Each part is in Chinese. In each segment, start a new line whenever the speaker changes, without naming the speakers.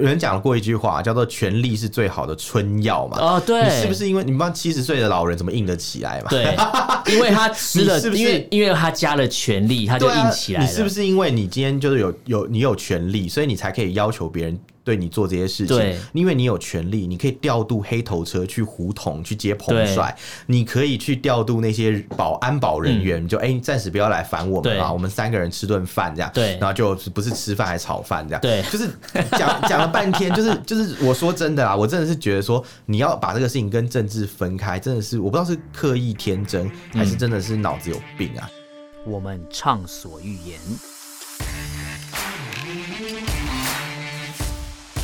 有人讲过一句话，叫做“权力是最好的春药”嘛。
哦，对，
你是不是因为你帮七十岁的老人怎么硬得起来嘛？
对，因为他吃了，
你是不是
因为因为他加了权力，他就
对啊，
硬起来了。
你是不是因为你今天就是有有你有权利，所以你才可以要求别人对你做这些事情
对？
因为你有权利，你可以调度黑头车去胡同去接彭
对嗯
帅，你可以去调度那些保安保人员，就哎，你暂、时不要来烦我们
对
啊，我们三个人吃顿饭这样，
对
然后就不是吃饭还炒饭这样，
对
就是讲 讲了半天，就是就是我说真的啦，我真的是觉得说你要把这个事情跟政治分开，真的是我不知道是刻意天真还
嗯
是真的是脑子有病啊。
我们畅所欲言，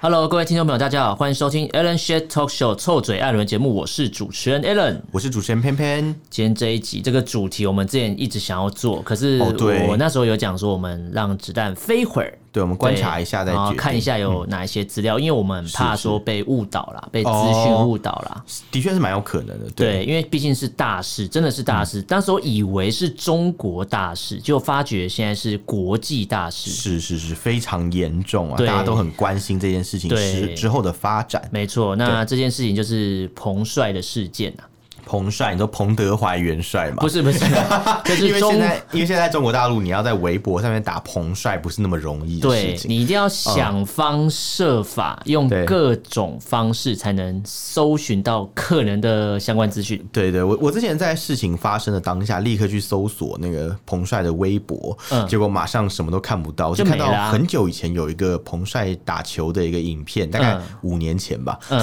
Hello，各位听众朋友，大家好，欢迎收听 Alan s h a t Talk Show 臭嘴艾伦节目，我是主持人 Alan。
我是主持人偏偏。
今天这一集这个主题，我们之前一直想要做，可是
哦对
我那时候有讲说，我们让子弹飞会儿，
对，我们观察一下再
对然后
决定。
看一，下有哪一些资料，因为我们怕
是是
说被误导啦，被资讯
哦
误导啦。
的确是蛮有可能的。
对，，因为毕竟是大事，真的是大事。当时我以为是中国大事，就发觉现在是国际大事。
是是是非常严重啊，大
对
家都很关心这件事情
对
之之后的发展。
没错，那这件事情就是彭帅的事件啊，
彭帅，你说彭德怀元帅嘛？
不是 不是，就
因
是
为
中
现在，因为现在中国大陆，你要在微博上面打彭帅不是那么容易的事
对
情。
你一定要想方设法，用
对
各种方式才能搜寻到客人的相关资讯。
对对，我我之前在事情发生的当下，立刻去搜索那个彭帅的微博，
嗯
结果马上什么都看不到，我就
就
看
没
到
了啊
很久以前有一个彭帅打球的一个影片，大概
嗯
五年前吧，
嗯，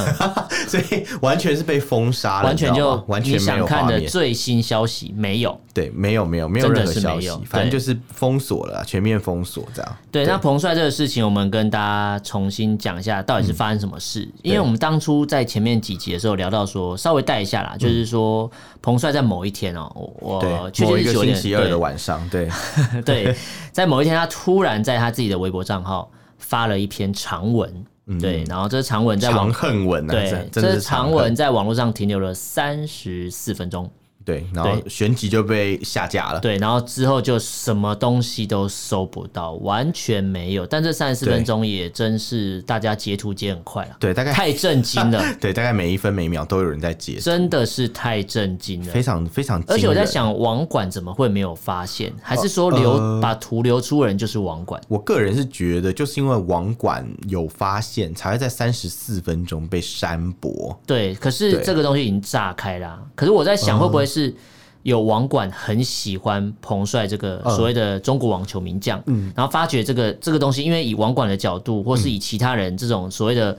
所以完全是被封杀了，
完全
啊你知道
就
吗完
你
全没
想
有
看
画
的
面。
最新消息没有。
对，没有没有没有
真的
任何
是
消
没
息
有，
反正
对
就是封锁了，全面封锁这样。
对，那彭帅这个事情，我们跟大家重新讲一下，到底是发生什么事？
嗯
因为我们当初在前面几集的时候聊到说，稍微带一下啦，就是说彭帅在某一天哦、我我
嗯对，
确
某
切
一
日
个
期有
星
点
期二
对
的晚上，对，
对，在某一天，他突然在他自己的微博账号发了一篇长文，对，然后这长 文在网
嗯长恨文啊，
对
真，真的
这
是
长
恨
文，在网络上停留了三十四分钟，
对，然后
对
旋即就被下架了。
对，然后之后就什么东西都搜不到，完全没有。但这三十四
对
分钟也真是大家截图截很快了，啊
对，大概
太震 惊了，
对，大概每一分每一秒都有人在截，
真的是太震惊了
非。常非常惊人。
而且我在想，网管怎么会没有发现？还是说流、
呃
把图流出的人就是网管？
我个人是觉得，就是因为网管有发现，才会在三十四分钟被删博。
对，可是
对啊嗯
这个东西已经炸开啦、可是我在想，会不会是有网管很喜欢彭帅这个
嗯
所谓的中国网球名将，然后发觉这个这个东西，因为以网管的角
嗯
度，或是以其他人这种所谓的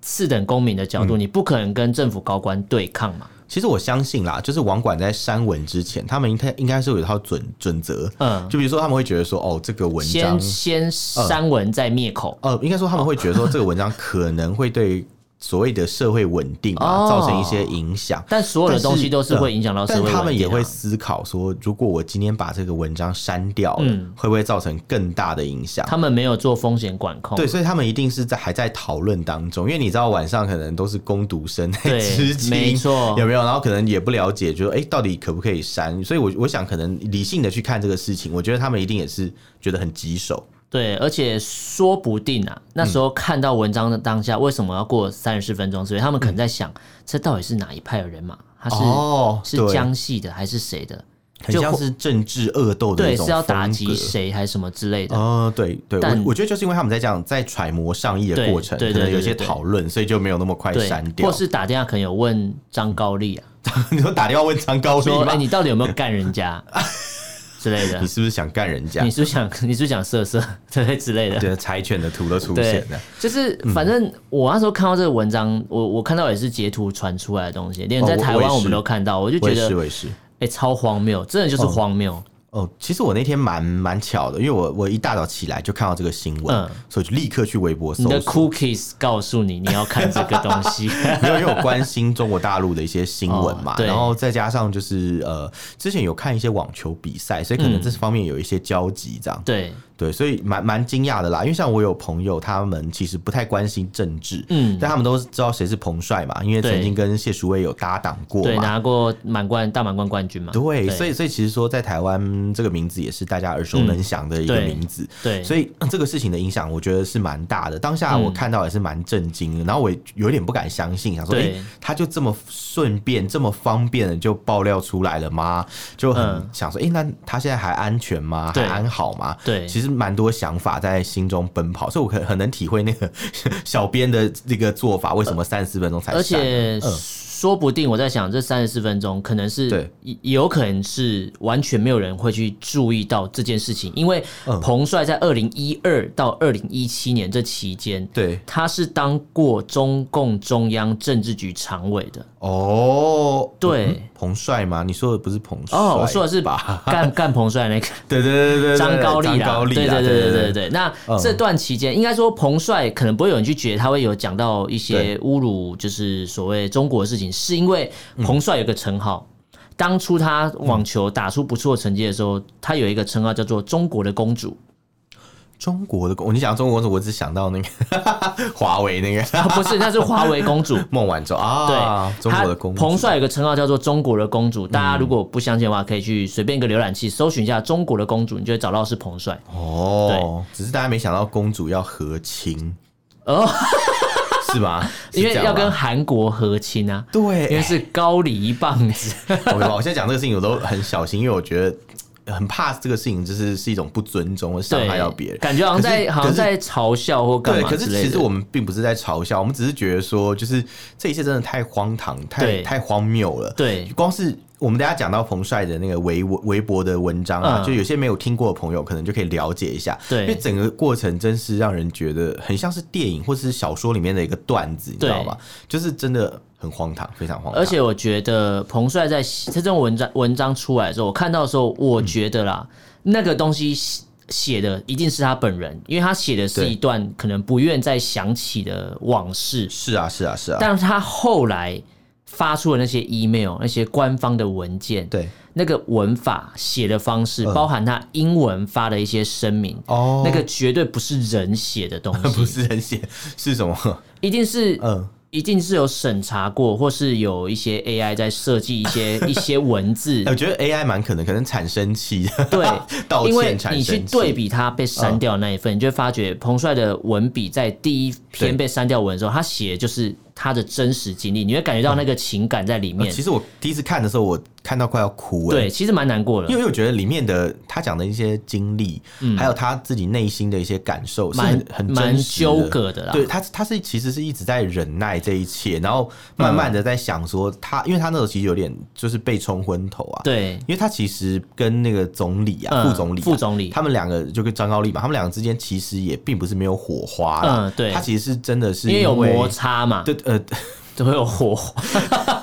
次等公民的角
嗯
度，你不可能跟政府高官对抗嘛。
其实我相信啦，就是网管在删文之前，他们应该应该是有一套准准则，
嗯，
就比如说他们会觉得说，哦，这个文章
先先删文再灭口。
呃，应该说他们会觉得说这个文章可能会对所谓的社会稳定啊、
哦
造成一些影响。
但所有的
但是
东西都是会影响到社
但
会
他们
稳
也
定啊
会思考说，如果我今天把这个文章删掉了，
嗯
会不会造成更大的影响？
他们没有做风险管
啊
控。
对，所以他们一定是在还在讨论当中，因为你知道晚上可能都是攻读生在
对
吃鸡，
没错
有没有？然后可能也不了解，就哎、诶到底可不可以删？所以我我想可能理性的去看这个事情，我觉得他们一定也是觉得很棘手。
对，而且说不定啊，
嗯
那时候看到文章的当下，为什么要过三十四分钟？所以他们可能在想，这到底是哪一派的人马？他是、
嗯哦
是
对
江系的还是谁的？
很
就
像
或
是政治恶斗的
对，
一种
是要打
风
击
格
谁还是什么之类的？
哦，对对，我
但
我觉得就是因为他们在这样在揣摩上意的
对
过程，可
对对
能有一
对
些
对
讨论，所以就没有那么快
对
删，掉。嗯
或是打电话可能有问张高丽啊，
你说打电话问张高丽
说：“哎、
吗？
你到底有没有干 人家之类的
你？是不是想干人家
你？是不是想你是不是想色 色对之类的？”
对，嗯柴犬的图都出
对
现了。，
就是反正我那时候看到这个文章，我我看到也是截图传出来的东西，连在
哦我
台
我也
湾我们
是
都看到，我就
我
觉
也
得
是，我也是。
哎、超荒谬，真的就是荒谬。
哦，其实我那天蛮蛮巧的，因为我我一大早起来就看到这个新闻，
嗯
所以就立刻去微博搜
你的
索。
cookies 告诉你你要看这个东 西，
没有，因为我关心中国大陆的一些新闻嘛，
哦对
然后再加上就是呃，之前有看一些网球比赛，所以可
嗯
能这方面有一些交集，这样、
对，
对，所以蛮蛮惊讶的啦。因为像我有朋友，他们其实不太关心政治，
嗯
但他们都知道谁是彭帅嘛，因为曾
对
经跟谢淑薇有搭档过
对，
嘛，
拿过满贯大满贯冠军嘛，
对，所
以
以所以其实说，在台湾这个名字也是大家耳熟能详的一个
嗯对
名字，
对，嗯
所以呃这个事情的影响，我觉得是蛮大的。当下我看到也是蛮震惊的，然后我也有点不敢相信，想说，哎、
对
他就这么顺便、这么方便的就爆料出来了吗？就很
嗯
想说，哎、那他现在还安全吗？还
对
安好吗？
对
其实蛮多想法在心中奔跑，所以我很很能体会那个 小编的这个做法，为什么三十四分钟才删？
呃而且
嗯
说不定我在想，这三十四分钟可能是
对
也也有可能是完全没有人会去注意到这件事情，因为
嗯
彭帅在二零一二到二零一七年这期间，
对
他是当过中共中央政治局常委的。
哦，
对
嗯彭帅吗？你说的不是彭帅
哦，我说的是
吧？
干干彭帅那个
对对对对对，
张高丽
张
啦
高，丽
对
啦
对
对嗯
对对
对
对。对。那这段期间，应该说彭帅可能不会有人去觉得他会有讲到一些侮辱，就是所谓中国的事情，是因为彭帅有个称号。当初他网球打出不错成绩的时候，他有一个称号叫做“中国的公 主
中国的公，你讲中国的公主，我只想到那个 华为那个”，
啊，不是，那是华为公 主。
孟晚舟
对，
啊，中国的公
他
主。嗯
彭帅有个称号叫做“中国的公主”，大家如果不相信的话，可以去随便一个浏览器搜寻一下“中国的公主”，你就会找到是彭帅。
哦，只是大家没想到公主要和亲
哦，
是吧？
因为
是这样
要
吗
跟韩国和亲啊，因为
对，
是高梨棒子。
我 我现在讲这个事情我都很小心，因为我觉得。很怕这个事情，就是是一种不尊重或伤害到别人，
感觉好像在
可是
好像在嘲笑或干
对，
嘛
可
之
是
类
其实
的。
我们并不是在嘲笑，我们只是觉得说，就是这一切真的太荒唐、太
对
太荒谬了。
对
光是我们大家讲到彭帅的那个微微博的文章啊，
嗯
就有些没有听过的朋友可能就可以了解一下。
对
因为整个过程真是让人觉得很像是电影或是小说里面的一个段子，你知
对
道吗？就是真的很荒唐，非常荒唐。
而且我觉得彭帅在写这种文章文章出来的时候，我看到的时候，我
嗯
觉得啦，那个东西写写的一定是他本人，因为他写的是
对
一段可能不愿再想起的往事，
是啊，是啊，是啊，
但是他后来发出的那些 email、那些官方的文件，
对嗯
那个文法写的方式，包含他英文发的一些声明，
哦
那个绝对不是人写的东
不
西，
是很写是什么？
一定是
嗯，
一定是有审查过，或是有一些 AI 在设计一 些一些文字
哎，我觉得 AI 蛮可能，可能产生器
对，
道
因为
歉产
你去
生
对
器。
比他被删掉的那一份，你就会发觉彭帅的文笔在第一
对
篇被删掉文的时候，他写的就是他的真实经历，你会感觉到那个情感在里
呃
面。
其实我第一次看的时候，我看到快要哭了。
对，其实蛮难过
因
的，
为我觉得里面的他讲的一些经历，还有他自己内心的一些感受，是
嗯蛮
很很
蛮
真实的
纠葛的啦。啊
对他，他是其实是一直在忍耐这一切，然后慢慢的在想说他，因为他那时候其实有点就是被冲昏头啊。，
对，
因为他其实跟那个总理啊、
嗯
副总理啊、
副总理
他们两个就跟张高丽嘛，他们两个之间其实也并不是没有火花啦。
嗯对
他其实是真的是
因
为
为有摩擦嘛，
对呃，
都会有火花。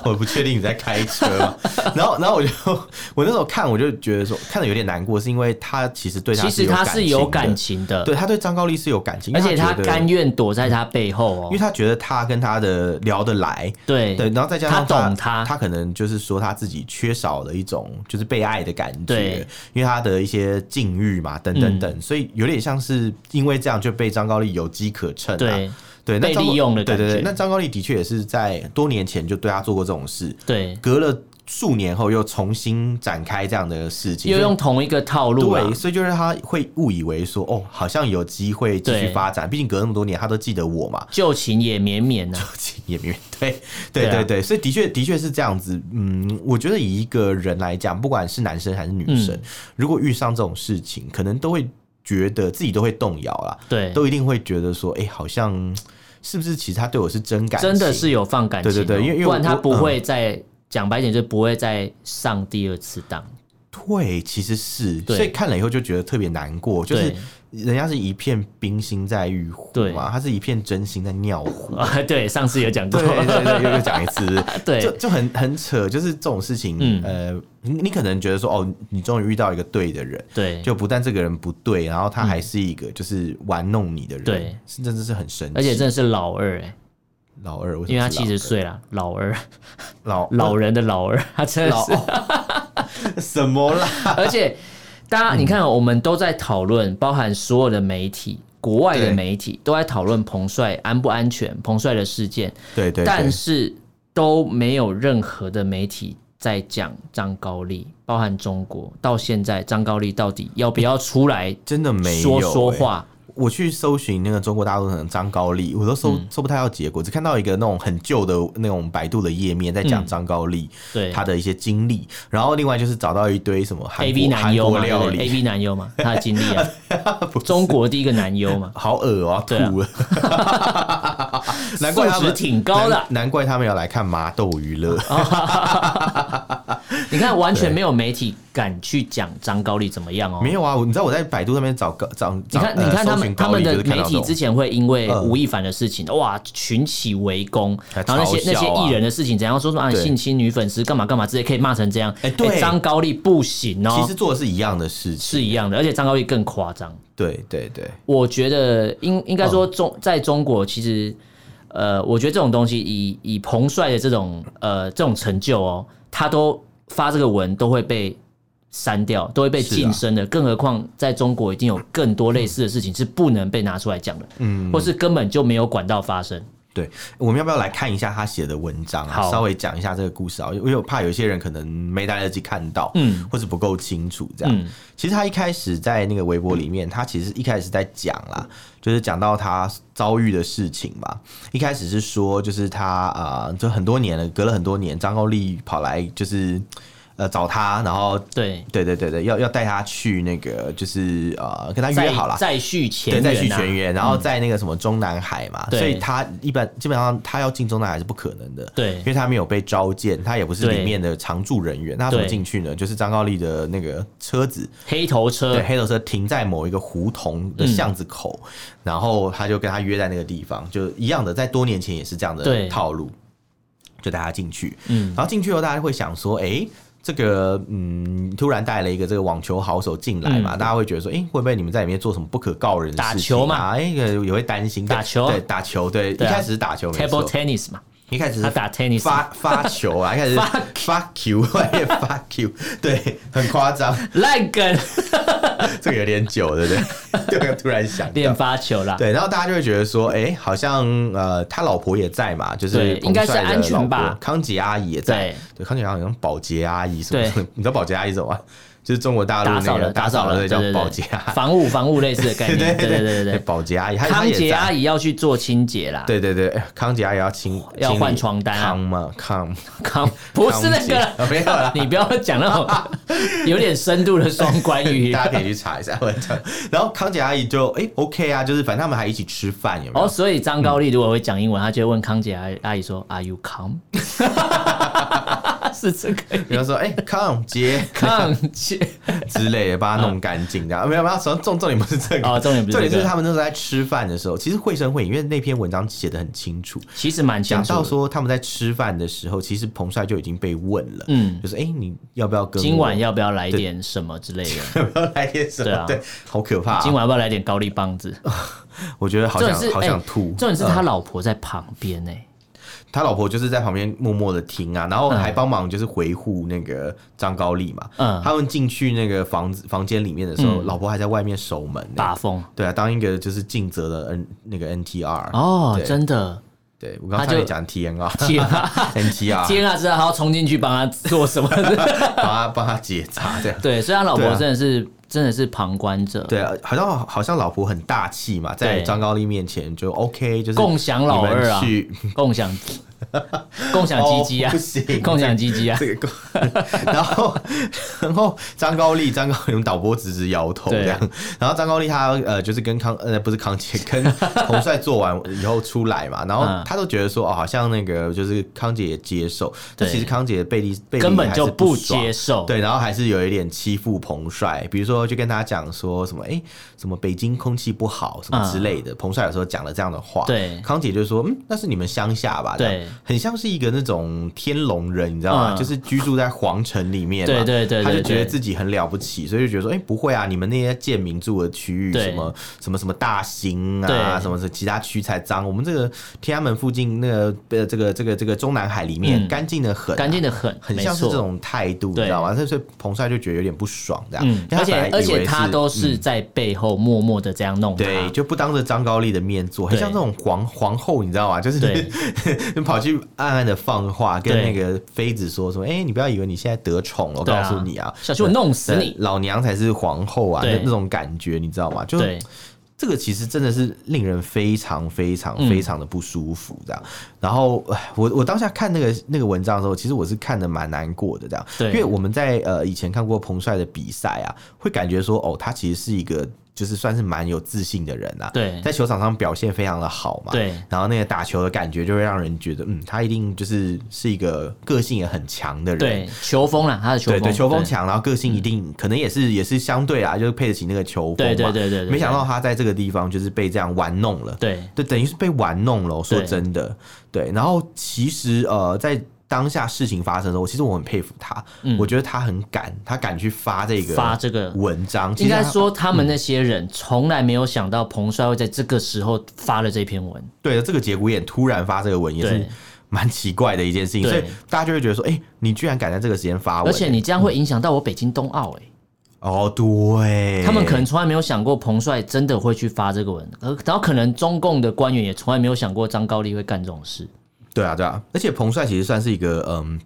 我不确定你在开车嘛。然后，然后我就我那时候看，我就觉得说看的有点难过，是因为他其实对他
其实他是有感
情
情的
的，，对他对张高丽是有感情，
而
因
且
为
他
他觉得
甘，愿躲在他背后
因为
哦。
他觉得他跟他的聊得来。
对
对，然后再加上
他懂
他
他
可能就是说他自己缺少了一种就是被爱的感觉
对，嗯
因为他的一些境遇嘛，等等等，所以有点像是因为这样就被张高丽有机可乘、啊，
对
对，那
被
张高
利用的
对对
感
对，
觉
那张高丽的确也是在多年前就对他做过这种事，
对，
隔了数年后又重新展开这样的事情，
又用啊同一个套路
所以
啦
对，所以就是他会误以为说哦，好像有机会继续
对
发展，毕竟隔那么多年，他都记得我嘛。
旧情也绵绵呐。啊
也没对 对
对啊
对对，所以的确的确是这样子。嗯，我觉得以一个人来讲，不管是男生还是女生，
嗯
如果遇上这种事情，可能都会觉得自己都会动摇啦，
对，
都一定会觉得说，哎、好像是不是其实他对我是真感情，
真的是有放感情哦，
对对对因为因为
不然他
我嗯
不会再讲白一点，就不会再上第二次当。
对，其实是，
对
所以看了以后就觉得特别难过，就是
对
人家是一片冰心在玉壶
对
嘛，他是一片真心在尿壶。
啊，对， 上次有讲过
对， 对对，又又讲一次，
对
就就很很扯，就是这种事情，
嗯
呃，你你可能觉得说，哦，你终于遇到一个对的人，
对，
就不但这个人不对，然后他还是一个就是玩弄你的人，
对
是真的是很神奇。
而且真的是老二哎，
老二，为什么
因为他
是
七十岁了，老二，
老二
老人的老二， 他真的
老
是，
老 什么啦？
而且大家你看，我们都在讨论，包含所有的媒体。国外的
对
媒体都在讨论彭帅安不安全，彭帅的事件，
对对
但
对，
是都没有任何的媒体在讲张高丽，包含中国到现在张高丽到底要不要出来
真的没有
说说
欸。
话？
我去搜寻那个中国大陆的张高丽，我都搜、
嗯
搜不太到结果，只看到一个那种很旧的那种百度的页面在讲张高丽、
嗯对
他的一些经历，然后另外就是找到一堆什么韩
，A V
国
男
韩
优
国
嘛
料
，A
理，
V 男 优嘛，他的经历啊，中国第一个男优嘛，
好恶啊、
对啊
吐了， 难怪他
素质
们
挺高的哦
难，难怪他们要来看麻豆娱乐，
你看完全没有媒体敢去讲张高丽怎么样哦。
没有啊，我你知道我在百度上面找高找
你
找，
看，
呃
你看他
搜
们
寻
他
高
们
丽就
的
是看到
媒
这
体
种
之前会因为
嗯
吴亦凡的事情，哇，群起围攻，
还
然后那些
嘲
那
笑
些
啊
艺人的事情，怎样说什么啊
对
性侵女粉丝干嘛干嘛之类，可以骂成这样。
哎对
哎张高丽不行
其
哦
实，做的是一样的事情，
是一样的，而且张高丽更夸张。
对对对，
我觉得应应该说
嗯
中在中国其实，呃，我觉得这种东西以以彭帅的这种呃这种成就哦，他都发这个文都会被删掉，都会被
是啊
晋升的，更何况在中国一定有更多类似的事情是不能被拿出来讲的，嗯，或是根本就没有管道发生。
对，我们要不要来看一下他写的文章啊？
好
稍微讲一下这个故事啊，因为我怕有些人可能没来得及看到，
嗯，
或是不够清楚这样。
嗯
其实他一开始在那个微博里面，他其实一开始在讲啦，就是讲到他遭遇的事情嘛。一开始是说，就是他啊、呃就很多年了，隔了很多年，张高丽跑来就是呃找他，然后。
对，
对对对对，要要带他去那个，就是呃，跟他约
再
好了，
再续
对，
前缘、啊，
再去全员，然后在那个什么中南海嘛，
对
所以他一般基本上他要进中南海是不可能的，
对
因为他没有被召见，他也不是
对
里面的常驻人员，那他怎么
对
进去呢？就是张高丽的那个车子，
黑头车
对，，黑头车停在某一个胡同
嗯
的巷子口，然后他就跟他约在那个地方，就一样的，在多年前也是这样
对
的套路，就带他进去，
嗯，
然后进去后，大家会想说，哎、这个嗯，突然带了一个这个网球好手进来嘛，大家会觉得说，哎、会不会你们在里面做什么不可告人的
嗯打
事情
球嘛
啊？哎、也会担心
打球
对，打球，对，
对啊
一开始是打球没
table
错，
tennis 嘛，
一开始
他
是
打 tennis
发发球啊，一开始发 Q，对 发 Q，对，很夸张，
烂 梗
这个有点久，对不 对？对，突然想
练
到。
发球啦，
对，然后大家就会觉得说，哎、好像呃，他老婆也在嘛，就是
对应该是
彭帅的
安全
老婆
吧
康姐阿姨也在，
对
对，康姐好像保洁阿姨什么
对
你知道保洁阿姨什么吗？就是中国大陆
打
那
扫
个
了，
打扫
了，
的
对
叫
对对
保洁啊阿姨，
防务防务类似的 概念，对对对对
保洁阿姨，她她
康
也
杰
在
阿姨要去做清洁啦，
对对对，哎康姐阿姨要清
要换
清理
床单啊
康吗？康
康 不是那个，
康姐 没有啦，
你不要讲 那种有点深度的双关语
大家可以去查一下 文章。然后康姐阿姨就哎、OK 啊，就是反正他们还一起吃饭，有没有？
哦。所以张高丽如果会讲英文，他就会问康姐阿阿姨说：“Are you come？” 是这个
比如说哎、康姐。
康 姐
之类的，把它弄干净这 样。没有没有，重重重点不是这个，
哦，重点不是
重
这
点是
个，
他们那时候在吃饭的时候，其实绘声绘影，因为那篇文章写的很清楚，
其实蛮
讲
清
到
楚的。
说他们在吃饭的时候，其实彭帅就已经被问了，
嗯，
就是哎、诶你要不要跟我
今晚要不要来点什么之类的？
要不要来点什么？
对啊
对，好可怕、
今晚要不要来点高丽棒子？
我觉得好
重
想
点是哎
好想吐。
重点是
哦嗯
他老婆在旁边欸呢。
他老婆就是在旁边默默的听啊，然后还帮忙就是回护那个张高丽嘛。
嗯
他们进去那个房子房间里面的时候，老婆还在外面守门、呢。
把风
对啊，当一个就是尽责的 N 那个 NTR
哦，
对
真 的。
对我刚
他
才
就
也讲 TNR
天啊，
NTR，
天啊，知道他要冲进去帮他做 什么？
帮他帮他结扎这 样。
对，所以他老婆
对啊
真的是、真的是旁观者，
对啊，好像好像老婆很大气嘛，在
对
张高丽面前就 OK，就是
共享老二啊
你们去
共享 共享鸡鸡
哦
啊
不，行，
共享鸡鸡啊，
这个够。然后， 然后张高丽，张高丽我们导播直直摇头
对
这样。然后张高丽他呃，就是跟康呃不是康姐， 跟洪帅做完以后出来嘛，然后
嗯
他都觉得说哦，好像那个就是康姐也接受，但
对
其实康姐贝利贝利
根本就
还是不爽
接受。
对，然后还是有一点欺负彭帅，比如说就跟他讲说什么，哎、什么北京空气不好什么之类的，彭帅有时候讲了这样的话，
嗯对
康姐就说，嗯，那是你们乡下吧，
对
这样，很像是一个那种天龙人，你知道吗？
嗯
就是居住在皇城里面嘛，
对对对对
他就觉得
对
自己很了不起，所以就觉得说，哎、不会啊，你们那些贱民住的区域，
对
什么什么什么大兴啊，
对
什么什么其他区才脏，我们这个天安门附近那个呃这个这个这个中南海里面
嗯
干净的很啊、
干净的很，
很
没
像是
错
这种态度，你
对
知道吗？所以所以彭帅就觉得有点不爽，这样。
嗯，
因为
而
他
且
本来以为
而且他
是嗯
都是在背后默默的这样弄他，
对，就不当着张高丽的面做，很
对
像这种皇皇后，你知道吗？就是
对
就 跑去暗暗的放话，跟那
对
个妃子说说，哎、你不要以为你现在得宠了，我
对
告
啊
诉你啊，
小心我弄死
对
你。
老娘才是皇后啊，
对
那那种感觉，你知道吗？就
对，
这个其实真的是令人非常非常
嗯
非常的不舒服，这样。然后唉我我当下看那个那个文章的时候，其实我是看的蛮难过的，这样。
对
因为我们在呃以前看过彭帅的比赛啊，会感觉说哦，他其实是一个就是算是蛮有自信的人啊，
对
在球场上表现非常的好嘛，
对
然后那个打球的感觉就会让人觉得，嗯，他一定就是是一个个性也很强的人，
对，球风啦，他的球
对
风，
对，球风
对，
强，然后个性一定可能也是也是相对啊，就是配得起那个球风嘛。
对对对对对对
没想到他在这个地方就是被这样玩弄了，
对
对，等于是被玩弄了。说
对
真的，对。然后其实呃，在当下事情发生的时候，其实我很佩服他，我觉得他很敢，他敢去发这个
嗯发这个
文章，其
应
实
该
他
说他们那些人从来没有想到彭帅会在这个时候发了这篇文，
对这个节骨眼突然发这个文也是
对。
蛮奇怪的一件事情，
对
所以大家就会觉得说，哎、你居然敢在这个时间发文、
而且你这样会影响到我北京冬奥，哎，
哦，对，
他们可能从来没有想过彭帅真的会去发这个文，而然后可能中共的官员也从来没有想过张高丽会干这种事，
对啊，对啊，而且彭帅其实算是一个嗯。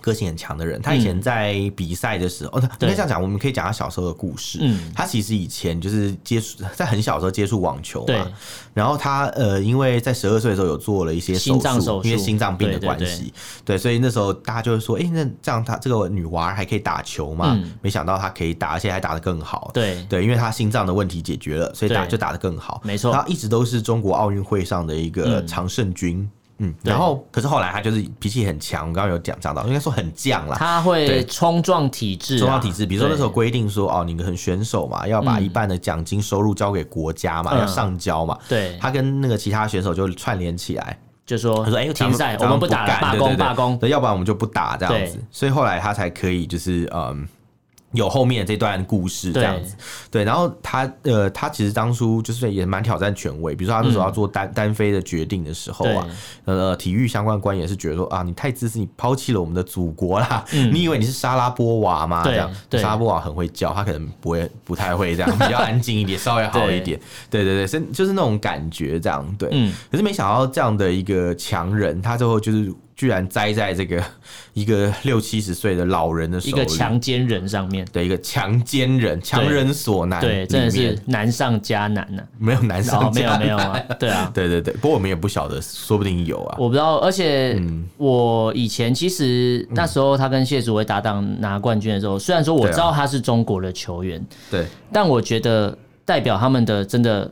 个性很强的人，他以前在比赛的时候，哦，应
嗯对
该这样讲，我们可以讲他小时候的故事。
嗯
他其实以前就是接触，在很小的时候接触网球
对
嘛，然后他呃，因为在十二岁的时候有做了一些手
心
术
脏手，术
因为心脏病的
对对
关
对
系，对，所以那时候大家就会说，哎、那这样他这个女娃儿还可以打球嘛？
嗯
没想到她可以打，而且还打得更好。
对
对，因为他心脏的问题解决了，所以打
对
就打得更好。
没错
他一直都是中国奥运会上的一个
嗯
常胜军。嗯
对
然后可是后来他就是脾气很强，我刚刚有讲讲到，应该说很犟啦。
他会
对
冲撞体制啊，
中央体制，比如说那时候
对
规定说，哦，你很选手嘛，要把一半的奖金收入交给国家嘛，
嗯
要上交嘛。
对，
他跟那个其他选手就串联起来，
就说
他说：“哎、咱
停赛，
咱
我们不打了，
干
罢
对
工
对对
罢工，
对，要不然我们就不打这样子
对。”
所以后来他才可以就是嗯。有后面这段故事这样子，对，然后他呃，他其实当初就是也蛮挑战权威，比如说他那时候
嗯
要做单、单飞的决定的时候啊，呃，体育相关官员是觉得说啊，你太自私，你抛弃了我们的祖国啦， 你以为你是莎拉波娃吗？
嗯对
这样，
对
莎拉波娃很会叫，他可能不会不太会这样，比较安静一点，稍微好一点，对对对，是就是那种感觉这样，对，
嗯
可是没想到这样的一个强人，他最后就是居然栽在这个 一个六七十岁的老人的手
一
里，
个强奸人上面，
的一个强奸人，强人所难，
对，真的是难上加难呐、
没有难
哦
上，加
没有
难
没有啊，对啊，
对对对，不过我们也不晓得，说不定有啊。
我不知道，而且
嗯
我以前其实那时候他跟谢祖伟搭档拿冠军的时候，虽然说我
对啊
知道他是中国的球员，
对，
但我觉得代表他们的真的，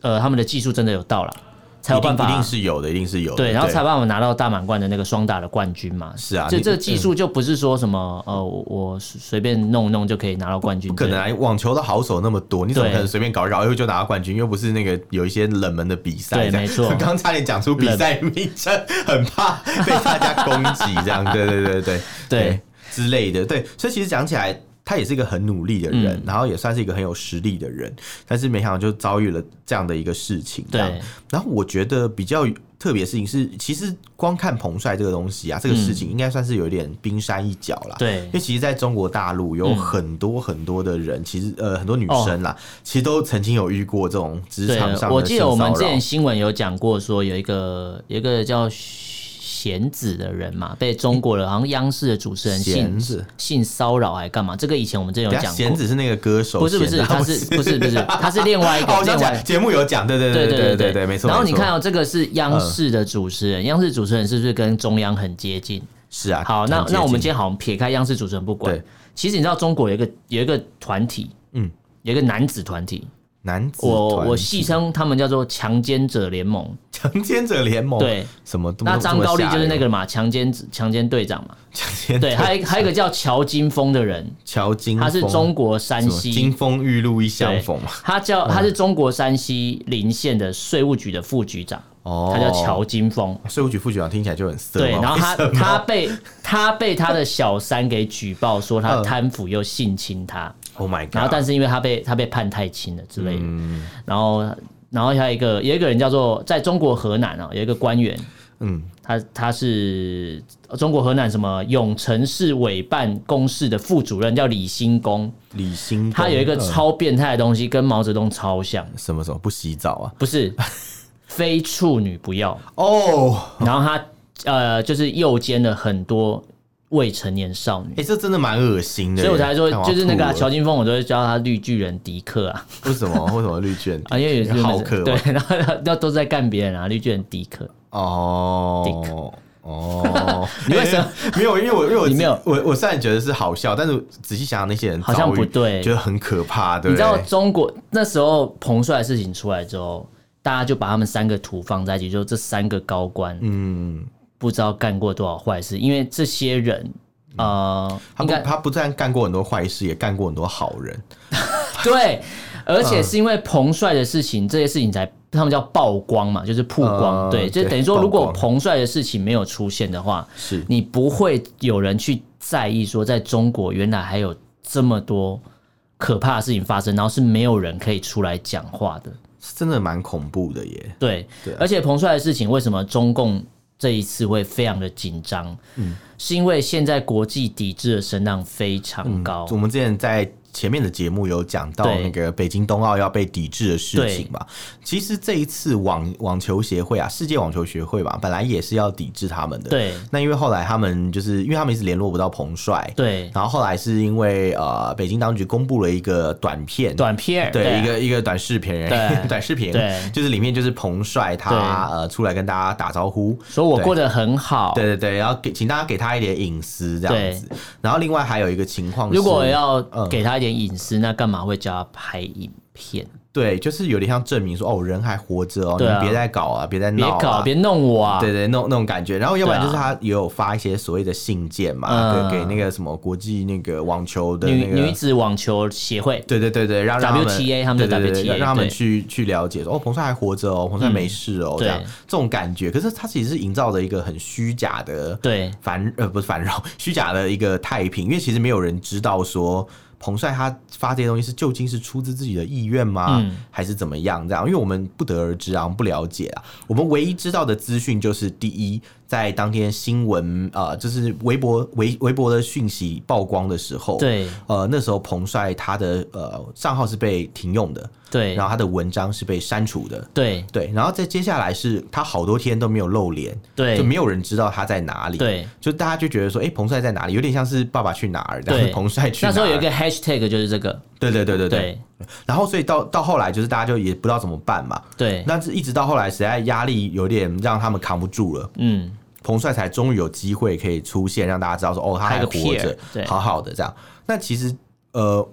呃，他们的技术真的有到了，才有
一定
办
一定
法。啊
是有的，一定是有的。
对，然后才有办法拿到大满贯的那个双打的冠军嘛。
是啊
就
你
这个技术就不是说什么呃，我我随便弄一弄就可以拿到冠军。
不可能啊！网球的好手那么多，你怎么
对
可能随便搞一搞，哎就拿到冠军？又不是那个有一些冷门的比赛这
对
样。
没错
刚 刚差点讲出比赛名称，很怕被大家攻击，这样。对对对对对
对
之类的。对，所以其实讲起来。他也是一个很努力的人，
嗯
然后也算是一个很有实力的人，但是没想到就遭遇了这样的一个事情。这样
对，
然后我觉得比较特别的事情是，其实光看彭帅这个东西啊，
嗯
这个事情应该算是有一点冰山一角啦。
对
因为其实在中国大陆
嗯
有很多很多的人，其实呃很多女生啦，其实都曾经有遇过这种职
哦对
场上，的
我记
性
得我们
骚
之前
扰。
新闻有讲过，说有一个有一个叫徐贤子的人嘛，被中国的好像央视的主持人
贤
性
子
性骚扰还干嘛？这个以前我们真的有
等下
讲
弦
过，
子是那个歌手
不是
弦
不
啊，
是，他是不是不是，他是另外 一
哦，
个
我
另
想
外
讲。节目有讲，对对
对
对
对
对
对
对，没错。
然后
没
你
错
看到、这个是央视的主持人，央视主持人是不是跟中央很接近？
是啊，
好，那
很接
那我们
近
今天好像撇开央视主持人不管
对，
其实你知道中国有一个有一个团体，
嗯
嗯，有一个男子团体，
男子
我
团
我戏称他们叫做强奸者联盟。
强奸者联盟，
对，
什哦么都
那张高丽就是那
个
个嘛，强奸强奸队长嘛。
强奸
对，还有一还有一个叫乔金峰的人，
乔金峰，
他是中国山
什么金哦
西，
风玉露一相逢嘛，
他叫他是中国山西临县的税务局的副局长，
哦，
他叫乔金峰。
税务局副局长，听起来就很色嘛，
对，然后他
为什么
他被 他被他的小三给举报说他
嗯
贪腐又性侵他，
，Oh my
然后
God，
但是因为他被他被判太轻了之类的，
嗯
然后然后还有一个有一个人叫做在中国河南啊、有一个官员，
嗯，
他他是呃中国河南什么永城市委办公室的副主任叫李新功，
李新
他有一个超变态的东西跟毛泽东超像，
什么什么不洗澡啊？
不 是非处女不要，
哦，
然后他呃就是诱奸了很多未成年少女
哎，。这真的蛮恶心的耶，
所以我才说
看，我要
就是那个啊
吐了
乔金峰，我都会叫他绿巨人迪克啊，
为什么为什么绿卷
啊，因为有些人
好客
对
嘛，
然后要都在干别人啊，绿巨人迪克，
哦。哦，
你为什么
因为没有？因为我因为我
你没有
我我虽然觉得是好笑，但是仔细想想那些人
好像
遭遇
不对
觉得很可怕，对
你
不
知道
对？
中国那时候彭帅的事情出来之后，大家就把他们三个图放在一起，就这三个高官，嗯，不知道干过多少坏事，因为这些人，呃，
嗯他
应
不
该
他不但干过很多坏事，也干过很多好人。
对，而
嗯
且是因为彭帅的事情，这些事情才他们叫曝光嘛，就是曝光，
嗯
对，就
对
等于说，如
曝
果
光
彭帅的事情没有出现的话，
是
你不会有人去在意说，在中国原来还有这么多可怕的事情发生，然后是没有人可以出来讲话的。
是真的蛮恐怖的耶。
对，
对啊
而且彭帅的事情，为什么中共这一次会非常的紧张？嗯，是因为现在国际抵制的声浪非常高。
我们之前在前面的节目有讲到
对
那个北京冬奥要被抵制的事情嘛，其实这一次网网球协会啊，世界网球协会嘛，本来也是要抵制他们的。，
对
那因为后来他们就是因为他们一直联络不到彭帅，
对，
然后后来是因为呃，北京当局公布了一个短片，
短片
对
啊
一个一个短视频，
对
短视频，
对
就是里面就是彭帅他呃出来跟大家打招呼，
说我
对
过得很好。
对对对，然后给请大家给他一点隐私这样子。然后另外还有一个情况是，
如果要给他一点隐私，那干嘛会叫他拍影片？
对，就是有点像证明说哦，人还活着哦，
对啊
你别再搞啊，别再
别
闹、啊，
搞，别弄我啊！
对对，那种那种感觉。然后要不然就
对啊
是他也有发一些所谓的信件嘛，
嗯
给给那个什么国际那个网球的
女
那个
女子网球协会，
对对对对，让让他们
WTA 他们的
对对对
WTA
让他们
对嗯
去去了解说哦，彭帅还活着哦，彭帅没事哦，这样
对
这种感觉。可是他其实是营造了一个很虚假的
对
繁呃不是繁荣， 虚假的一个太平，因为其实没有人知道说。彭帅他发这些东西是究竟是出自自己的意愿吗，
嗯
还是怎么样？这样，因为我们不得而知啊，我们不了解啊。我们唯一知道的资讯就是，第一，在当天新闻呃，就是微博微微博的讯息曝光的时候，
对
呃，那时候彭帅他的呃账号是被停用的，
对
然后他的文章是被删除的，
对
对，然后再接下来是他好多天都没有露脸，
对
就没有人知道他在哪里，
对，
就大家就觉得说，哎、彭帅在哪里？有点像是《爸爸去哪儿》这样，
对
彭帅去哪
那
儿？
时候有一个 hashtag 就是这个，
对对对对对，
对
然后所以到到后来就是大家就也不知道怎么办嘛，
对，
那是一直到后来实在压力有点让他们扛不住了。
嗯，
彭帅才终于有机会可以出现，让大家知道说哦，他
拍
还
个
活
peer，对
着，好好的这样。那其实呃，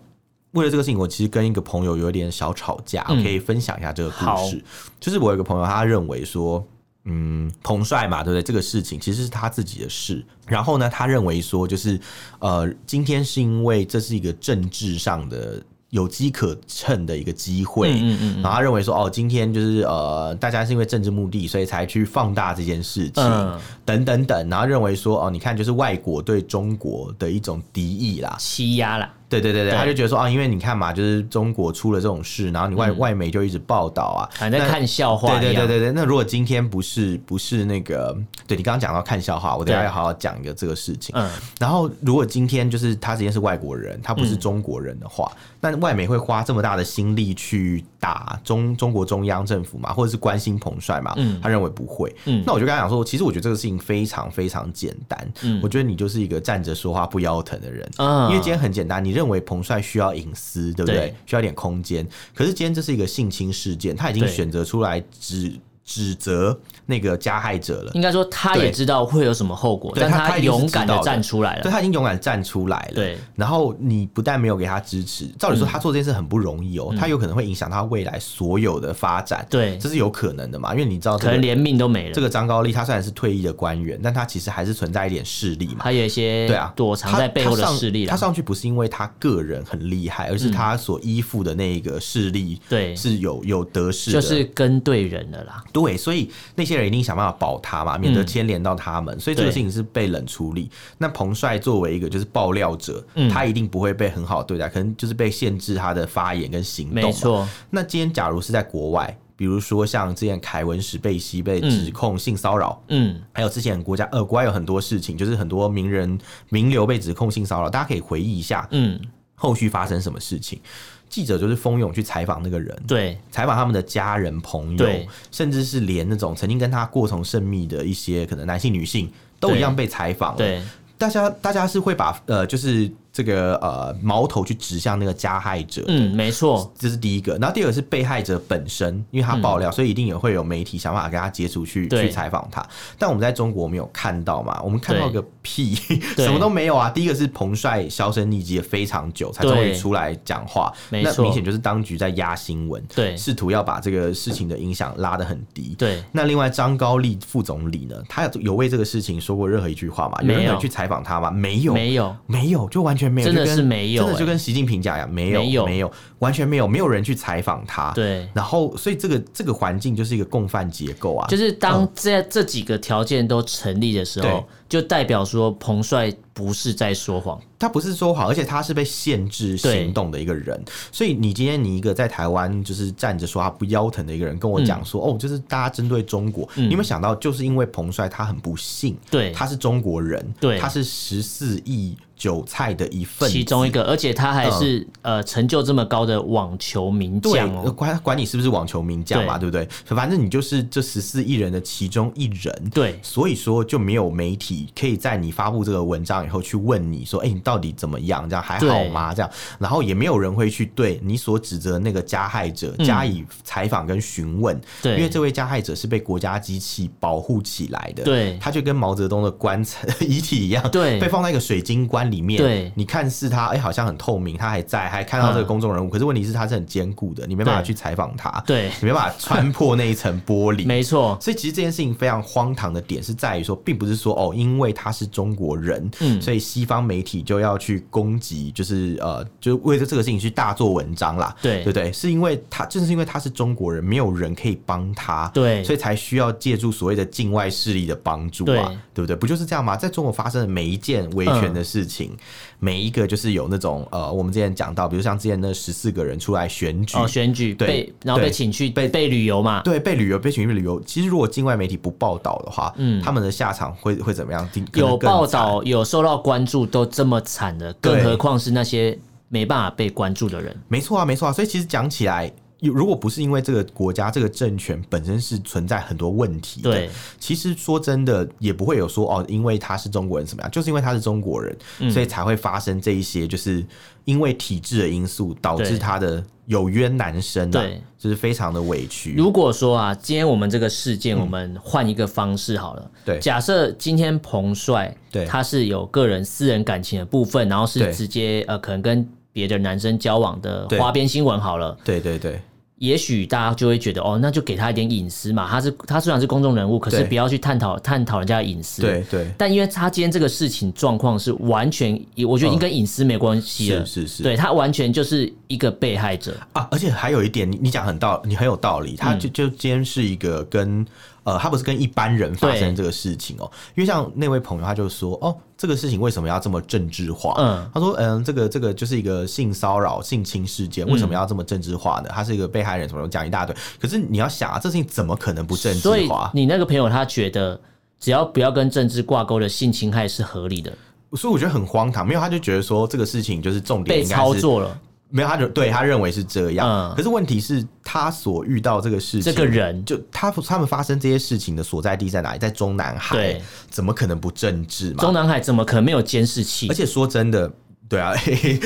为了这个事情，我其实跟一个朋友有点小吵架，
嗯
我可以分享一下这个
好
故事。就是我有一个朋友，他认为说。嗯，彭帅嘛，对不对？这个事情其实是他自己的事。然后呢，他认为说，就是呃，今天是因为这是一个政治上的有机可乘的一个机会，
嗯嗯
然
嗯
后他认为说，哦，今天就是呃，大家是因为政治目的，所以才去放大这件事情，
嗯
等等等，然后认为说，哦，你看，就是外国对中国的一种敌意啦，
欺压啦，
对对对对，
对
他就觉得说啊，因为你看嘛，就是中国出了这种事，然后你外、外媒就一直报道啊，
好像在
那
看笑话嗯一
对对
样
对对对，那如果今天不是不是那个，对你刚刚讲到看笑话，我等一下
对
要好好讲一个这个事情。
嗯
然后如果今天就是他今天是外国人，他不是中国人的话，那外媒会花这么大的心力去打中中国中央政府嘛，或者是关心彭帅嘛？
嗯
他认为不会。
嗯
那我就跟他讲说，其实我觉得这个事情非常非常简单。
嗯
我觉得你就是一个站着说话不腰疼的人。
嗯
因为今天很简单，你认为彭帅需要隐私，对不对？
对
需要一点空间。可是今天这是一个性侵事件，他已经
对
选择出来指指责那个加害者了。
应该说他也
对
知道会有什么后果，
对
但
他他一定是
勇敢
知道
的
的
站出来
对
了。
他已经勇敢站出来了，
对。嗯
然后你不但没有给他支持，照理说他做这件事很不容易哦，他有可能会影响他未来所有的发展，
对
这是有可能的嘛？因为你知道这
可能
个
连命都没了。
这个张高丽，他虽然是退役的官员，但他其实还是存在一点势力嘛。
还有一些
对啊，
躲藏
他
在背后的
他上
势力
他
啦。嗯
上去不是因为他个人很厉害，而是他所依附的那个势力
对，
是有有得势
就
的，
是跟对人了啦。
对，所以那些人一定想办法保他嘛，免得牵连到他们。所以这个
嗯对
事情是被冷处理。那彭帅作为一个就是爆料者，
嗯
他一定不会被很好对待，可能就是被限制他的发言跟行动
没
嘛。
错，
那今天假如是在国外，比如说像之前凯文史贝西被指控性骚扰。
嗯，
还有之前国家呃，国外有很多事情，就是很多名人名流被指控性骚扰，大家可以回忆一下
嗯，
后续发生什么事情。记者就是蜂拥去采访那个人，
对，
采访他们的家人、朋友
对，
甚至是连那种曾经跟他过从甚密的一些可能男性、女性，都
对
一样被采访。，
对，
大家大家是会把呃，就是这个呃矛头去指向那个加害者。
嗯，没错，
这是第一个，然后第二个是被害者本身，因为他爆料，所以一定也会有媒体想办法跟他接触去
嗯对
去采访他。但我们在中国没有看到嘛，我们看到
对
个屁，
对
什么都没有啊。第一个是彭帅销声匿迹了非常久，才
对
终于出来讲话，
没
那
错
明显就是当局在压新闻，
对
试图要把这个事情的影响拉得很低。
对，
那另外张高丽副总理呢，他有为这个事情说过任何一句话吗？有
没有
任何人去采访他吗？没有，
没有，
没有，就完全没有，
真的
就跟
是没有
真的
欸
就跟习近平讲一样，没有，
没有
完全没有，没有人去采访他。，
对，
然后所以这个这个环境就是一个共犯结构啊，
就是当这这几个条件都成立的时候
对，
就代表说彭帅不是在说谎。
他不是说谎，而且他是被限制行动的一个人。所以你今天你一个在台湾就是站着说话不腰疼的一个人，跟我
嗯
讲说、哦，就是大家针对中国，你有没有想到，就是因为彭帅他很不幸，
对
他是中国人，
对
他是十四亿韭菜的一份子，
其中一个，而且他还是、
嗯
呃成就这么高的网球名
对
将，
呃
哦。
管管你是不是网球名将嘛，对不对？反正你就是这十四亿人的其中一人。
对
所以说就没有媒体可以在你发布这个文章以后去问你说，哎、你到底怎么样？这样还好吗？这样，然后也没有人会去对你所指责的那个加害者加以采访跟询问，
嗯对
因为这位加害者是被国家机器保护起来的，
对
他就跟毛泽东的棺材 遗体一样，
对
被放在一个水晶棺里面，
对
你看似他，哎、好像很透明，他还在，还看到这个公众人物，可是问题是他是很坚固的，你没办法
对
去采访他，
嗯对
你没办法穿破那一层玻璃，
没错，
所以其实这件事情非常荒唐的点是在于说，并不是说哦，因为他是中国人，
嗯
所以西方媒体就要去攻击，就是呃，就为了这个事情去大做文章啦，
对
对不对？是因为他正是因为他是中国人，没有人可以帮他，
对
所以才需要借助所谓的境外势力的帮助
对
啊，对不对？不就是这样吗？在中国发生的每一件维权的事情，
嗯
每一个就是有那种呃，我们之前讲到，比如像之前那十四个人出来选举，
哦，选举
对
被然后被
对
请去被
被
被旅游嘛，
对，被旅游被群去旅游，其实如果境外媒体不报道的话，嗯，他们的下场会会怎么样？定可能
有
更
报
惨
道有受到关注都这么惨的，更
对
何况是那些没办法被关注的人。
没错啊，没错啊。所以其实讲起来，有如果不是因为这个国家这个政权本身是存在很多问题的，
对，
其实说真的也不会有说哦，因为他是中国人怎么样，就是因为他是中国人，
嗯
所以才会发生这一些，就是因为体制的因素导
对
致他的有冤难伸、啊，
对，
就是非常的委屈。
如果说啊，今天我们这个事
嗯
件，我们换一个方式好了。
对
假设今天彭帅，
对
他是有个人私人感情的部分，然后是
对
直接呃，可能跟别的男生交往的
对
花边新闻好了。
对对对，
也许大家就会觉得哦，那就给他一点隐私嘛。他是他虽然是公众人物，可是
对
不要去探讨探讨人家的隐私。
对。对，
但因为他今天这个事情状况是完全，我觉得已经跟隐私没关系了。
嗯是是是。
对他完全就是一个被害者。嗯
啊，而且还有一点，你你讲很道，你很有道理。他就就今天是一个跟呃，他不是跟一般人发生这个事情哦、因为像那位朋友他就说，哦，这个事情为什么要这么政治化？
嗯
他说，嗯，这个这个就是一个性骚扰、性侵事件，
嗯
为什么要这么政治化呢？他是一个被害人，什么什么讲一大堆。可是你要想啊，这事情怎么可能不政治
所以
化？
你那个朋友他觉得，只要不要跟政治挂钩的性侵害是合理的，
所以我觉得很荒唐。没有，他就觉得说这个事情就是重点
被
应该
操
是
作了。
没有，他就对他认为是这样。
嗯
可是问题是，他所遇到这个事情，
这个人
就他他们发生这些事情的所在地在哪里？在中南海
对，
怎么可能不政治嘛？
中南海怎么可能没有监视器
而？且说真的，对啊， 嘿嘿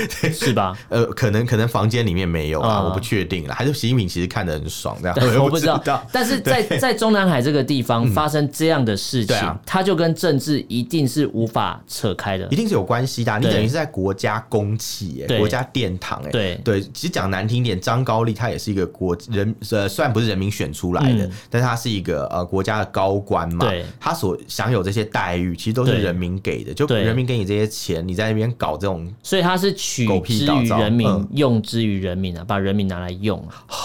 是吧？
呃，可能可能房间里面没有啊，
嗯
我不确定啦。还是习近平其实看得很爽这样，
我
不
不知道，但是在在中南海这个地方发生这样的事
嗯对
情，
啊
它就跟政治一定是无法扯开的
一。定是有关系的啊、你
对
等于是在国家公器、欸，
对
国家殿堂、欸，
对
对。其实讲难听点，张高丽他也是一个国人，呃，虽然不是人民选出来的，
嗯
但是他是一个呃国家的高官嘛，
对
他所享有这些待遇，其实都是
对
人民给的，就
对
人民给你这些钱，你在那边搞这种，
所以它是取
狗屁
之
倒
于
灶
人民，
嗯
用之于人民啊，把人民拿来用、 啊，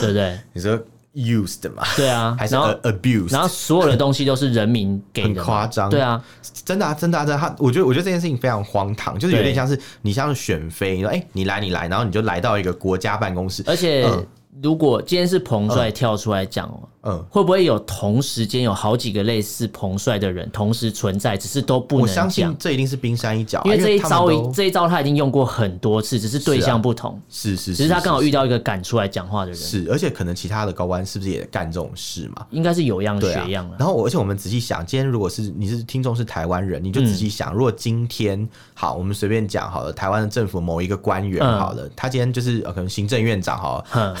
对不对？
你说 used 嘛，
对啊
还，是
然后
a- abused，
然后所有的东西都是人民给的嘛，
很夸张
对啊，
真的啊，真的啊，真的啊、他我觉得，我觉得这件事情非常荒唐，就是有点
对
像是你像是选妃，你说哎、你来你来，然后你就来到一个国家办公室，
而且
嗯
如果今天是彭帅跳出来讲哦。
嗯，
会不会有同时间有好几个类似彭帅的人同时存在，只是都不
我
能
相
讲
信？这一定是冰山一角啊，
因为这一
他们
招
都
一这一招他已经用过很多次，只是对象不同，
是是，
只是他刚好遇
到
到一个敢出来讲话的人，
是，而且可能其他的高官是不是也干这种事嘛？
应该是有样
对啊
学样，了。
然后我而且我们仔细想，今天如果是你是听众是台湾人，你就仔细想，如果今
嗯
天好，我们随便讲好了，台湾的政府某一个官员
嗯
好了，他今天就是呃可能行政院长好了，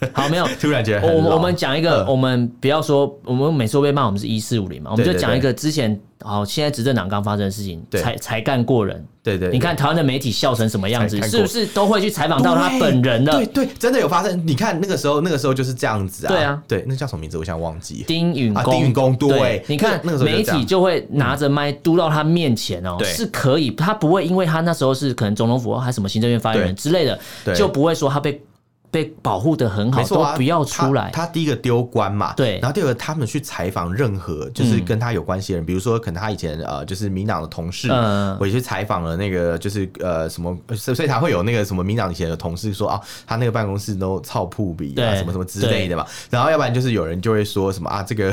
哼，好，没有。
突然觉得
我
很
哦我
老嗯
我们讲一个，我们不要说，我们每次都被骂我们是一四五零嘛，我们
对
就
对
讲一
对
个之前好，现在执政党刚发生的事情，
对
才才干过人。
对对，对
你看台湾的媒体笑成什么样子
才，干过
是不是都会去采访到他
对
本人的
对对，真的有发生。你看那个时候，那个时候就是这样子啊。
对啊，
对，那叫什么名字？我想忘记。
丁允
啊
恭？
丁允恭对
你看
那那个时候就
媒
这样
体就会拿着麦嘟到他面前哦，
对
是可以，他不会因为他那时候是可能总统府还是什么行政院发言人
对
之类的
对，
就不会说他被被保护的很好，
没错啊，
都不要出来。
他。他第一个丢官嘛，
对嗯
然后第二个，他们去采访任何就是跟他有关系的人，比如说可能他以前呃就是民党的同事，
嗯
啊我也去采访了那个就是呃什么，所以所以他会有那个什么民党以前的同事说啊，他那个办公室都操铺比啊
对
什么什么之类的嘛。然后要不然就是有人就会说什么啊这个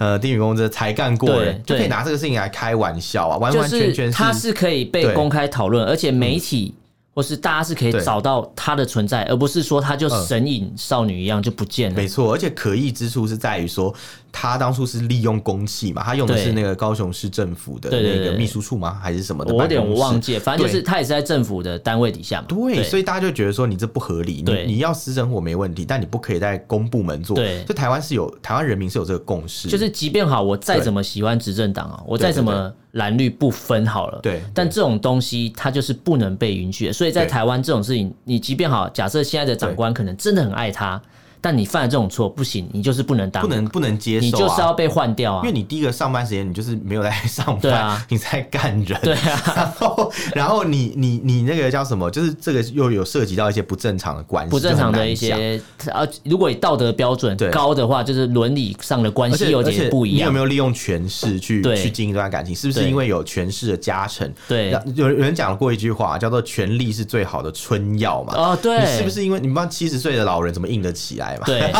呃丁允恭这才干过人，就
对对
可以拿这个事情来开玩笑啊，完
就
完全嗯全
他是可以被
对
公开讨论，而且媒体或是大家是可以
对
找到他的存在，而不是说他就神隐少女一样就不见了
嗯没。错，而且可疑之处是在于说，他当初是利用公器嘛，他用的
对
是那个高雄市政府的
对对
那
对
个
对
秘书处吗？还是什么的
我
办
有
公室？
点忘记了，反正就
对
是他也是在政府的单位底下嘛。
对，所
以
以大家就觉得说你这不合理，
对
你你要私生活没问题，但你不可以在公部门做。
对
就台湾是有台湾人民是有这个共识，
就是即便好，我再
嗯对
怎么喜欢执政党啊，我
对
再
对
怎么蓝绿不分好了，
对
但
对
这种东西它就是不能被允许的。所以在
对
台湾这种事情，你即便好，假设现在的长
对
官可能真的很爱他，但你犯了这种错不行，你就是不能当，
不能不能接
你
受
就是
啊
要。被换掉啊
因为。你第一个上班时间，你就是没有在 上班，
对啊
你在干人，
对啊，
然后然后你你你那个叫什么？就是这个又有涉及到一些不正常的关系，
不正
就
常
很
的
难
一
讲
些，呃，如果以道德标准
对
高的话，就是伦理上的关
而
系
且
有
而且
点不一
你有
样
没。有利用权势去
对
去经营这段感情？是不是
对
因为有权势的加成？
对
那有有人讲过一句话，叫做“权力是最好的春药”嘛。
哦，对，
你是不？是因为你帮七十岁的老人怎么硬得起来嘛？
对，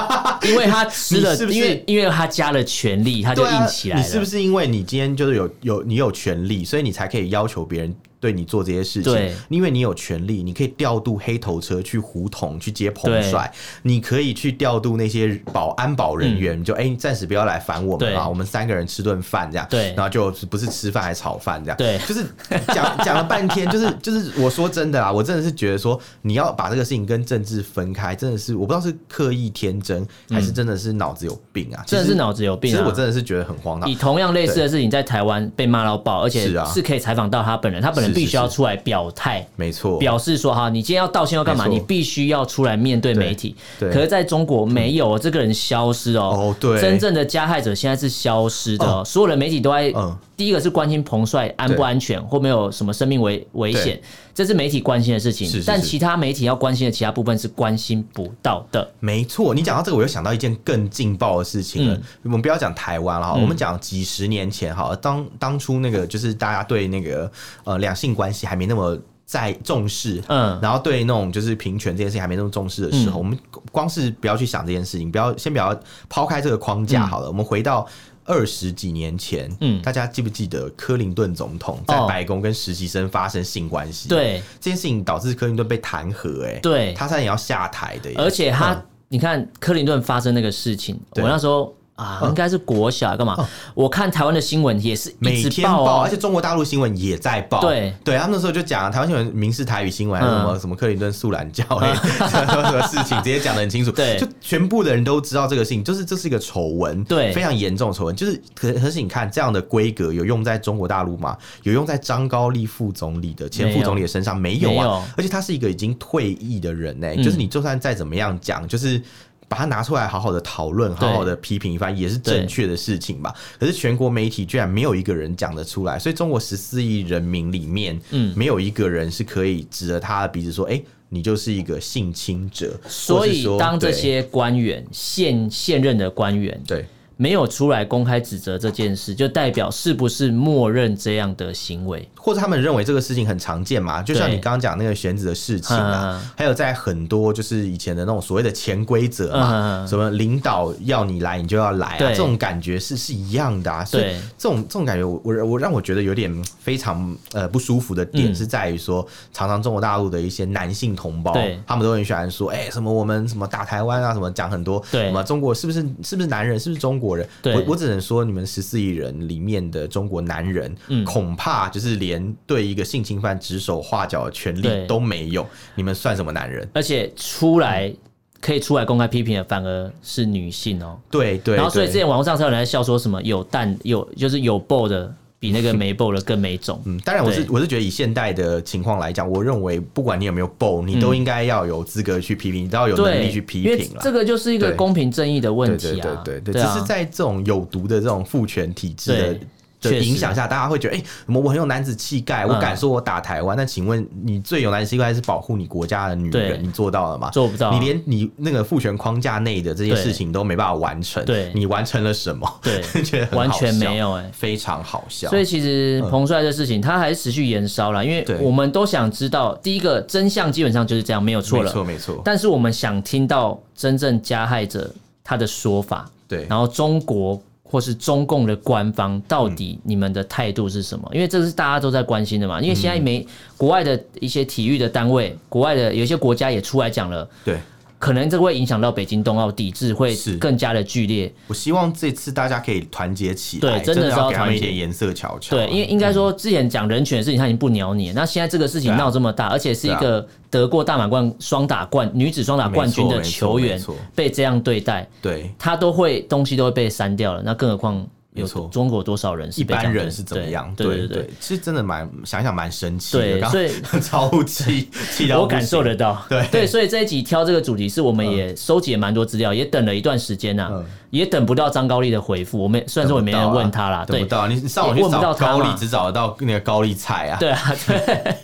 因为他吃了
你是，不是
因为因为他加了权力，他就
对啊
硬起，来
你
了。
是不是因为你今天就是有有你有权利，所以你才可以要求别人对你做这些事情
对？
因为你有权利，你可以调度黑头车去胡同去接彭
对嗯
帅，你可以去调度那些保安保人员，就哎，你暂、时不要来烦我们
对
啊，我们三个人吃顿饭这样，
对
然后就不是吃饭还炒饭这样，
对
就是讲 讲了半天，就是就是我说真的啦，我真的是觉得说你要把这个事情跟政治分开，真的是我不知道是刻意天真还是真的是脑子有病啊，
嗯真的
其
是
实
脑子有病
其实
啊
我！真的是觉得很荒唐
以。同样类似的事情在台湾被骂到爆，而且
啊是啊
是可以采访到他本人，他本人
是是
必须要
是
出来表态。
没错，
表示说哈，你今天要道歉要干嘛？
没错
你必须要出来面对媒体。
对对
可是在中国没有这个人消失哦。
哦对
真正的加害者现在是消失的哦，所有的媒体都在
嗯
第一个是关心彭帅安不安全，或没有什么生命危危险，这是媒体关心的事情。
是是
但
是
其他媒体要关心的其他部分是关心不到的。
没错，你讲到这个，我又想到一件更劲爆的事情
嗯
了。我们不要讲台湾了哈，我们讲几十年前哈，当当初那个就是大家对那个呃两性关系还没那么。在重视，
嗯
嗯，然后对那种就是平权这件事情还没那么重视的时候，我们光是不要去想这件事情，不要先不要抛开这个框架好了，我们回到二十几年前，
嗯
嗯，大家记不记得克林顿总统在
哦
白宫跟实习生发生性关系？
对
这件事情导致克林顿被弹劾、哎，
对
他差点要下台的耶，
而且他，
嗯
你看克林顿发生那个事情，我
对嗯
那时候啊，应该是国小干嘛？我看台湾的新闻也是
每
一直
天报，
哦
而且中国大陆新闻也在报。
对
对，他们那时候就讲台湾新闻、民视台语新闻，还有什么、
嗯
什么克林顿素兰教 嘞，什么什么事情，直接讲的很清楚。
对
就全部的人都知道这个事情，就是这是一个丑闻，
对
非常严重的丑闻。就是可可是你看这样的规格有用在中国大陆吗？有用在张高丽副总理的前
没有
副总理的身上没有
没
啊？
有
而且他是一个已经退役的人呢、
嗯
就是你就算再怎么样讲，就是。把它拿出来好好的讨论，好好的批评一番，也是正确的事情吧。可是全国媒体居然没有一个人讲得出来，所以中国十四亿人民里面，
嗯
嗯，没有一个人是可以指着他的鼻子说：“哎、你就是一个性侵者。”
所
或是
以
说
当这
对
些官员现现任的官员
对
没有出来公开指责这件事，就代表是不是默认这样的行为？
或者他们认为这个事情很常见嘛，就像
对
你刚刚讲那个选址的事情啊，
嗯
还有在很多就是以前的那种所谓的潜规则
嗯
嘛，
嗯嗯
什么领导要你来你就要来啊，
对
这种感觉是是一样的啊。所以
对
这种这种感觉我，我我让我觉得有点嗯非常呃不舒服的点
嗯
是在于说，常常中国大陆的一些男性同胞
对，
他们都很喜欢说，哎、什么我们什么打台湾啊，什么讲很多，
对
什么中国是不是是不是男人，是不是中国人？
对
我我只能说，你们十四亿人里面的中国男人，
嗯
恐怕就是连对一个性侵犯指手画脚的权
对
利都没有，你们算什么男人？
而且出来可以出来公开批评的，反而是女性哦、
对对，
然后所以
对
之前网络上才有人在笑说什么有蛋有就是有爆的比那个没爆的更没种。
嗯，当然我是
对
我是觉得以现代的情况来讲，我认为不管你有没有爆，你都应该要有资格去批评，你都要有能
嗯对，
力去批
因为
评了
这。个就是一个
对
公平正义的
对
问题
对
啊，
对对
对
对，只
啊，
是在这种有毒的这种父权体制的
对。确
的
实
影响下，大家会觉得，哎、我我很有男子气概，我
嗯
敢说我打台湾。那、请问你最有男子气概是保护你国家的女
对
人，你做到了吗？
做不到啊
你连你那个父权框架内的这些
对
事情都没办法完成，
对
你完成了什么？
对
觉得很
完
好
全
笑
没有哎
非常好笑。
所以其实彭帅这事情，他还是持续延烧了，因为
对
我们都想知道，第一个真相基本上就是这样，没有错
没
了。
错没错，
但是我们想听到真正加害者他的说法，
对
然后中国或是中共的官方到底你们的态度是什么？因为这是大家都在关心的嘛。因为现在没国外的一些体育的单位，国外的有一些国家也出来讲了，
对。
可能这会影响到北京冬奥抵制会
是
更加的剧烈。
我希望这次大家可以团结起来，
对真
真
的是要
要给他
团
们一
结
点颜色瞧瞧啊。
对，因为应该说之前讲人权的事情，他已经不鸟你了。那现在这个事情
对啊
闹这么大，而且是一个得过大满贯双打冠女子双打冠军的
没错
球员
没错没错
被这样对待，
对
他都会东西都会被删掉了，那更何况有
没错
中国多少人是
一
被这样
般
对
人是怎么样？
对
对
对，
其实真的蛮想想蛮生气
对
的，刚
所以
超 气气到
我
不行
感受得到。
对
所以这一集挑这个主题是我们也收集了蛮多资料，也等了一段时间呐、
嗯
也等不到张高丽的回复。我们虽然说我也没人问他啦，
等
对
不到啊等不到你上网去
也问不到
找
他
高
嘛
丽，只找得到那个高丽菜啊。
对啊，对。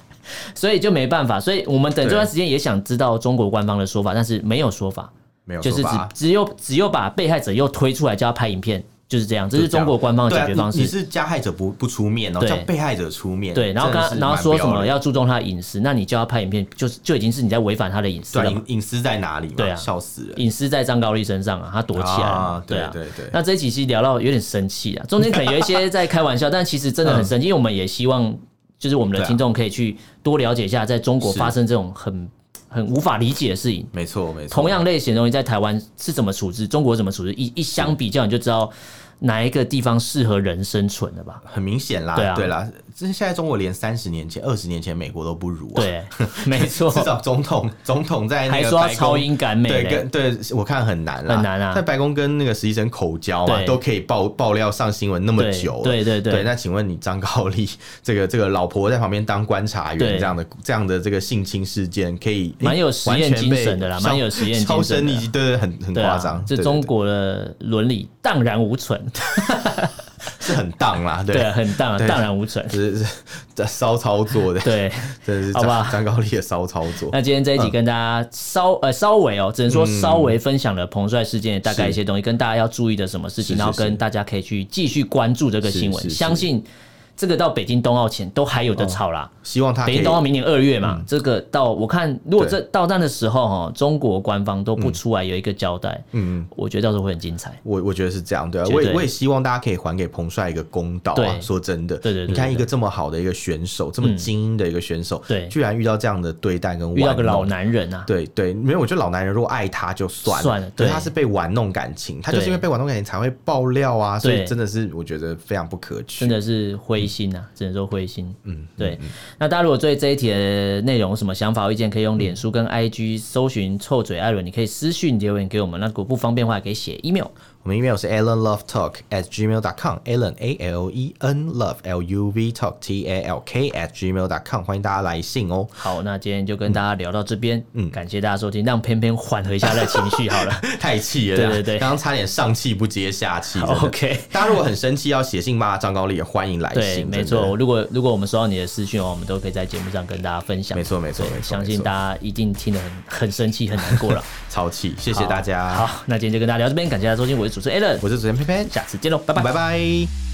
所以就没办法，所以我们等这段时间也想知道中国官方的说法，但是没有说法，
没有
就
说
是只
吧
只有只有把被害者又推出来叫他拍影片，就是这样，这是中国官方的
对
解
啊
决方
你你
式。
是加害者不不出面哦，
对
叫被害者出面。
对，然后
真的
刚
是
然后
蛮
说什
不
么
脸
要注重他的隐私，那你就要拍影片，就是就已经是你在违反他的隐私
对啊
了嘛
隐。隐私在哪里嘛？
对啊
笑死人。
隐私在张高丽身上啊，他躲起来了嘛
啊
对啊，
对对对
那这一期其实聊到有点生气啊，中间可能有一 些在开玩笑，但其实真的很生气，因为我们也希望就是我们的
嗯对啊
听众可以去多了解一下，在中国
是
发生这种很很无法理解的事情。
没错没错，
同样类型的东西在台湾是怎么处置，中国怎么处置，一一相比较你就知道哪一个地方适合人生存了吧？
很明显啦，
对啊
啦，这现在中国连三十年前、二十年前美国都不如啊。
对，没错，
至 少总统总统在那
还
个
说要
白宫
超英赶美
对，
嘞，
跟对我看很难啦，
很难啊
在白宫跟那个实习生口交嘛
对，
都可以爆爆料上新闻那么
对
久了
对对对
对那请问你张高丽 这个这个老婆在旁边当观察员
对
这样的这样的这个性侵事件，可以诶
蛮有实验精神的啦
完全被
蛮有实验精神
销
的
声匿迹，对对，很很
对
夸
啊
张，，
这
对对
中
对
国的伦理荡然无存。
是很荡啦，
对
对
啊，，很荡啊，
对
荡然无存。
只是 这骚操作的，
对，
真的是
好吧哎
张张高丽的骚操作。
那今天这一集跟大家稍、呃稍微哦，只能说稍微分享了彭帅事件的大概一些东西，跟大家要注意的什么事
是
情，
是
然后跟大家可以去继续关注这个新
是
闻。
是是
相信这个到北京冬奥前都还有的吵啦。
希望他哦啊可
北
以嗯
京冬奥明年二月嘛，这个到我看，如果这到那的时候哦，中国官方都
嗯
不出来有一个交代，嗯，我觉得到时候会很精彩。
我我觉得是这样，对啊，
绝
我
对
也我也希望大家可以还给彭帅一个公道啊！
对
说真的，
对对对
你看
对嗯
一个这么好的一个选手，这么精英的一个选手，
对
居然遇到这样的对待跟
遇到
玩
个老
弄。
男人啊，
对对，没有，我觉得老男人如果爱他就算了，
算了
可
对
是他是被玩弄感情，他就是因为
对
被玩弄感情才会爆料啊，所以
对
真的是我觉得非常不可取。
真的是灰心啊，只能说灰心。嗯，对。那大家如果对这一题的内容有什么想法或意见，可以用脸书跟 IG 搜寻“臭嘴艾伦”，你可以私讯留言给我们。那如果不方便的话，也可以写 email。
我们 email 是 allenlovetalk at gmail dot com，allen a l e n love l u v talk t a l k at gmail dot com，欢迎大家来信哦。
好，那今天就跟大家聊到这边，嗯，感谢大家收听，让偏偏缓和一下他的情绪好 了。
太气了，
对对对
刚刚差点上气不接下气。真的
OK
大家如果很生气要写信骂张高丽，也欢迎来
对，
信。
没
真的
错。，如果如果我们收到你的私讯哦，我们都可以在节目上跟大家分享。
没错没错
对
没错
相信
没错
大家一定听得很很生气、很难过 了。
超气，谢谢大家。，
好，那今天就跟大家聊到这边，感谢大家收听，我是主持人 Alan，
我是主持人偏偏，
下次见喽，拜拜
拜。拜。